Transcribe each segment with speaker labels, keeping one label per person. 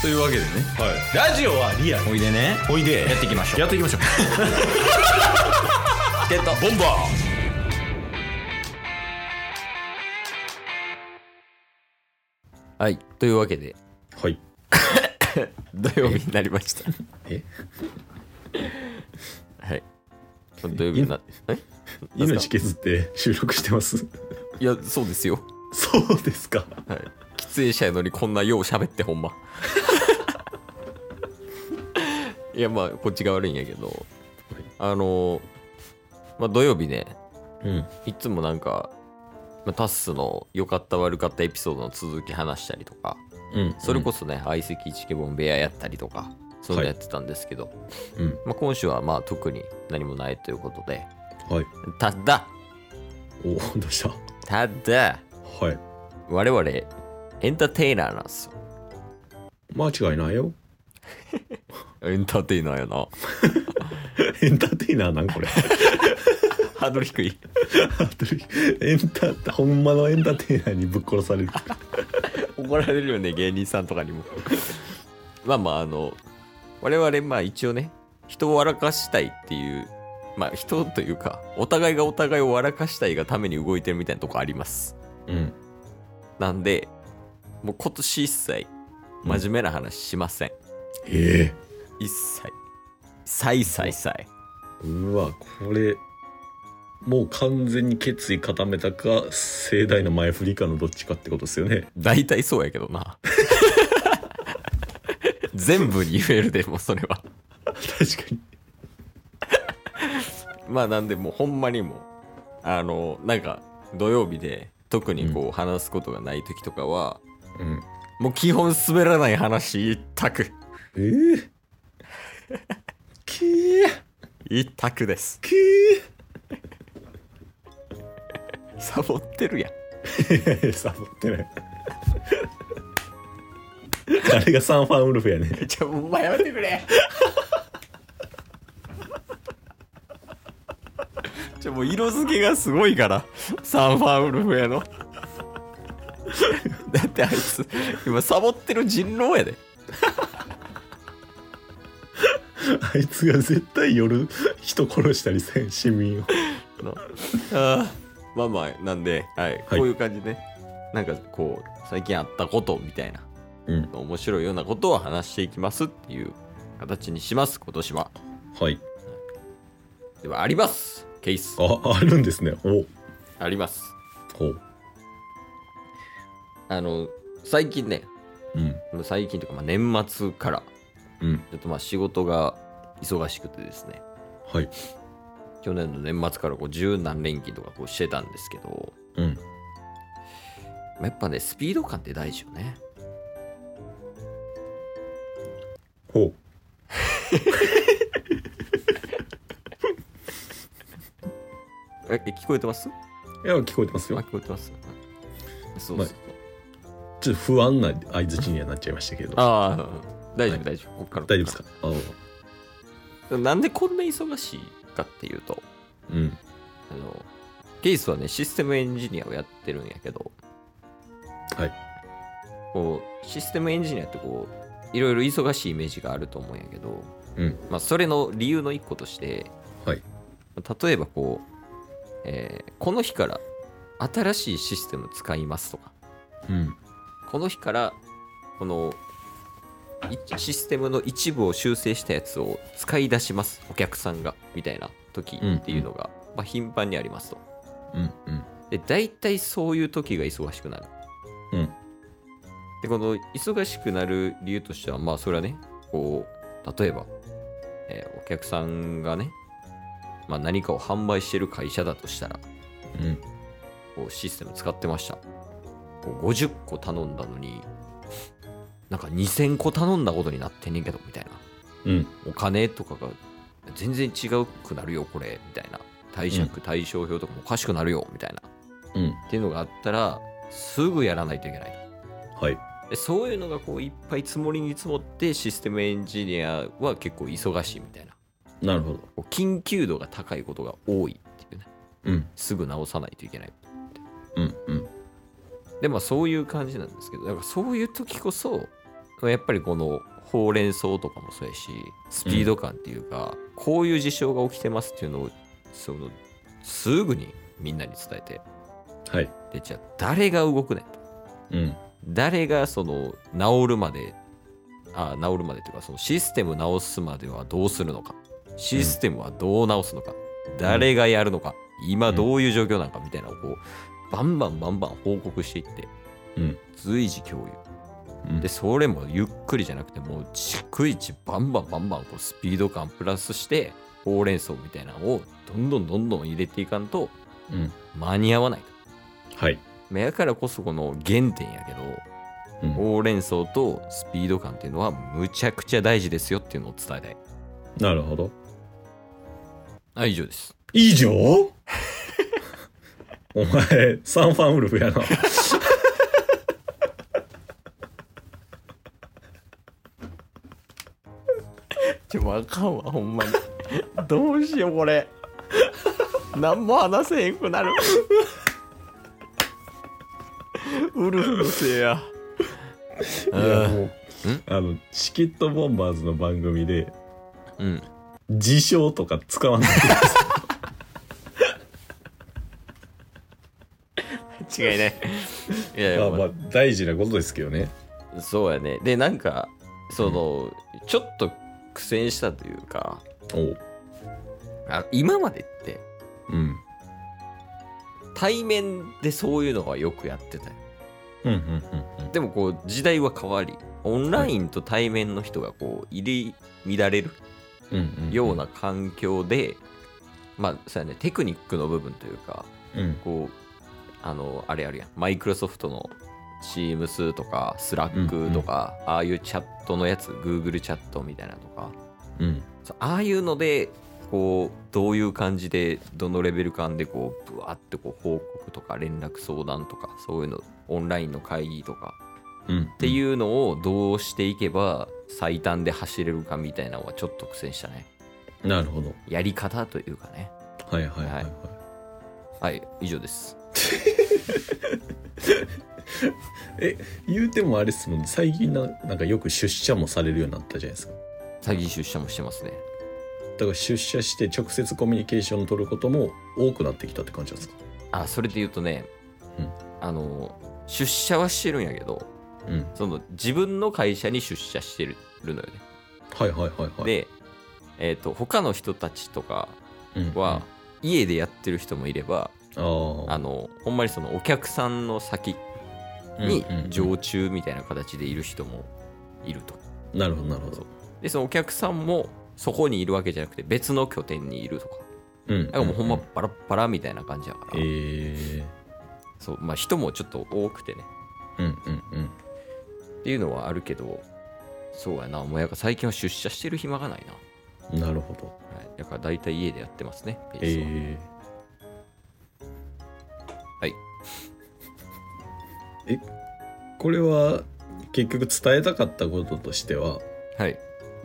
Speaker 1: というわけでね
Speaker 2: はい、ラジオはリアル
Speaker 1: おいでね
Speaker 2: おいで
Speaker 1: やっていきましょう
Speaker 2: やっていきましょう
Speaker 1: ってた
Speaker 2: ボンバ
Speaker 1: はいというわけで
Speaker 2: ーはい
Speaker 1: 土曜日になりま した
Speaker 2: え
Speaker 1: はい土曜日になえなんす
Speaker 2: 命削って収録してます
Speaker 1: かいやそうですよ
Speaker 2: そうですか
Speaker 1: はい喫煙者やのにこんなよう喋って ほんまいやまあこっちが悪いんやけどあのまあ土曜日ね
Speaker 2: うん
Speaker 1: いつもなんか、まあ、タッスの良かった悪かったエピソードの続き話したりとか
Speaker 2: うん
Speaker 1: それこそね相席チケボン部屋やったりとかそういうのやってたんですけど、
Speaker 2: うん
Speaker 1: まあ、今週はまあ特に何もないということで
Speaker 2: はい
Speaker 1: ただ
Speaker 2: おおどうした
Speaker 1: ただ
Speaker 2: はい
Speaker 1: 我々エンターテイナーなんですよ
Speaker 2: 間違いないよ
Speaker 1: エンターテイナーやな
Speaker 2: エンターテイナーなん これ
Speaker 1: ハードル低い
Speaker 2: エンターほんまのエンターテイナーにぶっ殺される
Speaker 1: 怒られるよね芸人さんとかにも まあまああの我々まあ一応ね人を笑かしたいっていうまあ人というかお互いがお互いを笑かしたいがために動いてるみたいなとこあります
Speaker 2: うん
Speaker 1: なんでもう今年一切真面目な話しません、
Speaker 2: ええ
Speaker 1: 一切さいさいさいう
Speaker 2: わこれもう完全に決意固めたか盛大な前振りかのどっちかってことですよね
Speaker 1: 大体そうやけどな 全部に言えるでもうそれは
Speaker 2: 確かに
Speaker 1: まあなんでもうほんまにもうあのなんか土曜日で特にこう話すことがない時とかは、
Speaker 2: うん
Speaker 1: もう基本滑らない話一択
Speaker 2: ええ きー
Speaker 1: 一択です
Speaker 2: きー
Speaker 1: サボってるやん
Speaker 2: いやサボってないあれがサンファンウルフやね
Speaker 1: じゃあお前やめてく れじゃあもう色付けがすごいからサンファンウルフやの だってあいつ今サボってる人狼やで
Speaker 2: あいつが絶対夜人殺したりせん市民を
Speaker 1: なあーまあまあなんで、はいこういう感じでねなんかこう最近あったことみたいな
Speaker 2: うん
Speaker 1: 面白いようなことを話していきますっていう形にします今年は
Speaker 2: はい
Speaker 1: ではありますケース
Speaker 2: ああるんですねお
Speaker 1: あります
Speaker 2: お
Speaker 1: あの最近ね
Speaker 2: うん
Speaker 1: もう最近というかまあ年末から
Speaker 2: うん
Speaker 1: ちょっとまあ仕事が忙しくてですね
Speaker 2: はい
Speaker 1: 去年の年末からこう十何連勤とかこうしてたんですけど、
Speaker 2: うん
Speaker 1: まあやっぱねスピード感って大事よね
Speaker 2: ほう
Speaker 1: え聞こえてます
Speaker 2: いや聞こえてます
Speaker 1: あ
Speaker 2: よ
Speaker 1: 聞こえてますそう
Speaker 2: ま
Speaker 1: そうそ
Speaker 2: あ
Speaker 1: う
Speaker 2: ちょっと不安な相づちにはなっちゃいましたけど
Speaker 1: ああうん大丈夫大丈夫こっから
Speaker 2: 大丈夫ですかあ
Speaker 1: かなんでこんな忙しいかっていうと
Speaker 2: うん
Speaker 1: あのケイスはねシステムエンジニアをやってるんやけど
Speaker 2: はい
Speaker 1: こうシステムエンジニアってこういろいろ忙しいイメージがあると思うんやけど、
Speaker 2: うん
Speaker 1: まあ、それの理由の一個として
Speaker 2: はい
Speaker 1: 例えばこう、えーこの日から新しいシステム使いますとか
Speaker 2: うん
Speaker 1: この日からこのいシステムの一部を修正したやつを使い出しますお客さんがみたいな時っていうのが、まあ、頻繁にありますと
Speaker 2: うんうん
Speaker 1: で大体そういう時が忙しくなる
Speaker 2: うん
Speaker 1: でこの忙しくなる理由としてはまあそれはねこう例えば、えーお客さんがね、まあ、何かを販売してる会社だとしたら
Speaker 2: うん
Speaker 1: こうシステム使ってましたこう50個頼んだのになんか2000個頼んだことになってんねんけどみたいな
Speaker 2: うん
Speaker 1: お金とかが全然違うくなるよこれみたいな貸借対照表とかもおかしくなるよみたいな、
Speaker 2: うん
Speaker 1: っていうのがあったらすぐやらないといけない
Speaker 2: はい
Speaker 1: でそういうのがこういっぱい積もりに積もってシステムエンジニアは結構忙しいみたいな
Speaker 2: なるほど
Speaker 1: こう緊急度が高いことが多いっていうね
Speaker 2: うん
Speaker 1: すぐ直さないといけない
Speaker 2: うんうん
Speaker 1: でまあそういう感じなんですけどだからそういう時こそやっぱりこのほうれん草とかもそうやしスピード感っていうか、こういう事象が起きてますっていうのをそのすぐにみんなに伝えて
Speaker 2: はい。
Speaker 1: でじゃあ誰が動くねんと
Speaker 2: うん。
Speaker 1: 誰がその治るまであ治るまでというかそのシステム直すまではどうするのかシステムはどう直すのか、誰がやるのか今どういう状況なのかみたいなのをこうバンバンバンバン報告していって
Speaker 2: うん。
Speaker 1: 随時共有
Speaker 2: うん
Speaker 1: でそれもゆっくりじゃなくてもう逐一バンバンバンバンこうスピード感プラスしてほうれん草みたいなのをどんどんどんどん入れていかんと
Speaker 2: うん。
Speaker 1: 間に合わないと
Speaker 2: はい。
Speaker 1: まあやからこそこの原点やけど
Speaker 2: うん。
Speaker 1: ほうれん草とスピード感っていうのはむちゃくちゃ大事ですよっていうのを伝えたい
Speaker 2: なるほど。
Speaker 1: あ以上です
Speaker 2: 以上 お前、サンファンウルフやな。
Speaker 1: ちょわかんわほんまにどうしようこれ何も話せへんくなるウルフのせいや
Speaker 2: いやもうあの、チケットボンバーズの番組で、
Speaker 1: うん
Speaker 2: 自称とか使わない。
Speaker 1: 違いない。 いやい
Speaker 2: ま
Speaker 1: や、
Speaker 2: あまあ、大事なことですけどね。
Speaker 1: そうやね。で、なんか、その、ちょっと苦戦したというか、
Speaker 2: おう。
Speaker 1: あ今までって、
Speaker 2: うん。
Speaker 1: 対面でそういうのはよくやってたよ。
Speaker 2: うん、うん、うん。
Speaker 1: でも、こう、時代は変わり、オンラインと対面の人が、こう、入り乱れる
Speaker 2: うん、うんうん。
Speaker 1: ような環境で、まあ、そうやね、テクニックの部分というか、
Speaker 2: うん。
Speaker 1: こう、あの、あれあるやん、マイクロソフトの Teams とか、Slack とか、ああいうチャットのやつ、Google チャットみたいなのとか、
Speaker 2: うん。
Speaker 1: そうああいうのでこうどういう感じでどのレベル感でこうぶわってこう報告とか連絡相談とかそういうのオンラインの会議とか
Speaker 2: うん。っ
Speaker 1: って
Speaker 2: う。
Speaker 1: いうのをどうしていけば最短で走れるかみたいなのはちょっと苦戦したね
Speaker 2: なるほど。
Speaker 1: やり方というかね
Speaker 2: はいはいはい、はい
Speaker 1: はいはい以上です
Speaker 2: え、言うてもあれっすもんね。最近な、なんかよく出社もされるようになったじゃないですか。
Speaker 1: 最近出社もしてますね
Speaker 2: だから出社して直接コミュニケーションを取ることも多くなってきたって感じなんですか
Speaker 1: あそれで言うとね、
Speaker 2: うん
Speaker 1: あの出社はしてるんやけど
Speaker 2: うん。
Speaker 1: その自分の会社に出社してるのよね、
Speaker 2: はいはいはいはい。、
Speaker 1: で、えー、と他の人たちとか
Speaker 2: うん、
Speaker 1: は、家でやってる人もいれば
Speaker 2: うん、あ
Speaker 1: あのほんまにそのお客さんの先
Speaker 2: あ、
Speaker 1: に
Speaker 2: うんうんうん
Speaker 1: 常駐みたいな形でいる人もいると、
Speaker 2: なるほどなるほど。
Speaker 1: でそのお客さんもそこにいるわけじゃなくて別の拠点にいるとか
Speaker 2: うん。
Speaker 1: だからもうほんま
Speaker 2: う
Speaker 1: バラッバラみたいな感じやから、
Speaker 2: え
Speaker 1: そうまあ、人もちょっと多くてね
Speaker 2: ー、うんうんうん。
Speaker 1: っていうのはあるけどそうやなもうやっぱ最近は出社してる暇がないな、
Speaker 2: なるほど。
Speaker 1: はい、だから大体家でやってますねペースは
Speaker 2: えー、
Speaker 1: はい。
Speaker 2: え、これは結局伝えたかったこととしては、
Speaker 1: はい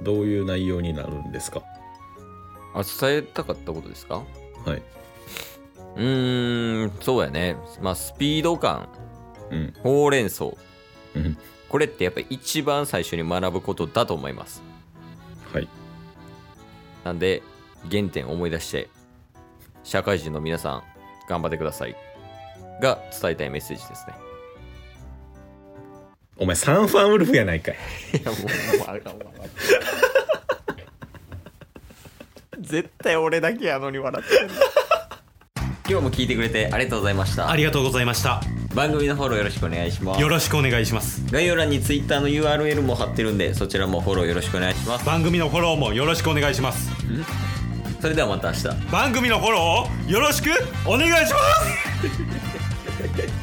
Speaker 2: どういう内容になるんですか
Speaker 1: あ伝えたかったことですか
Speaker 2: はい。
Speaker 1: うーんそうやねまあスピード感
Speaker 2: うん。
Speaker 1: ほうれん草
Speaker 2: うん。
Speaker 1: これってやっぱり一番最初に学ぶことだと思います
Speaker 2: はい。
Speaker 1: なんで原点を思い出して社会人の皆さん頑張ってくださいが伝えたいメッセージですね
Speaker 2: お前サンファンウルフやないかい。
Speaker 1: いやもうあかんわ絶対俺だけやのに笑ってる今日も聞いてくれてありがとうございました
Speaker 3: ありがとうございました。
Speaker 1: 番組のフォローよろしくお願いします
Speaker 3: よろしくお願いします。
Speaker 1: 概要欄に Twitter の URL も貼ってるんでそちらもフォローよろしくお願いします
Speaker 3: 番組のフォローもよろしくお願いします。
Speaker 1: それではまた明日
Speaker 3: 番組のフォローをよろしくお願いします